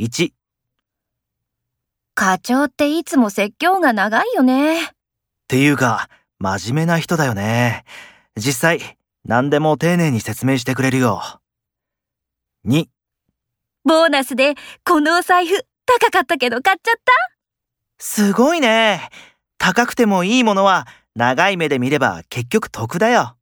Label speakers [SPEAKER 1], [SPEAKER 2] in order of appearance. [SPEAKER 1] 1、
[SPEAKER 2] 課長っていつも説教が長いよね。
[SPEAKER 1] っていうか、真面目な人だよね。実際、何でも丁寧に説明してくれるよ。2、
[SPEAKER 2] ボーナスでこのお財布高かったけど買っちゃった。
[SPEAKER 1] すごいね。高くてもいいものは、長い目で見れば結局得だよ。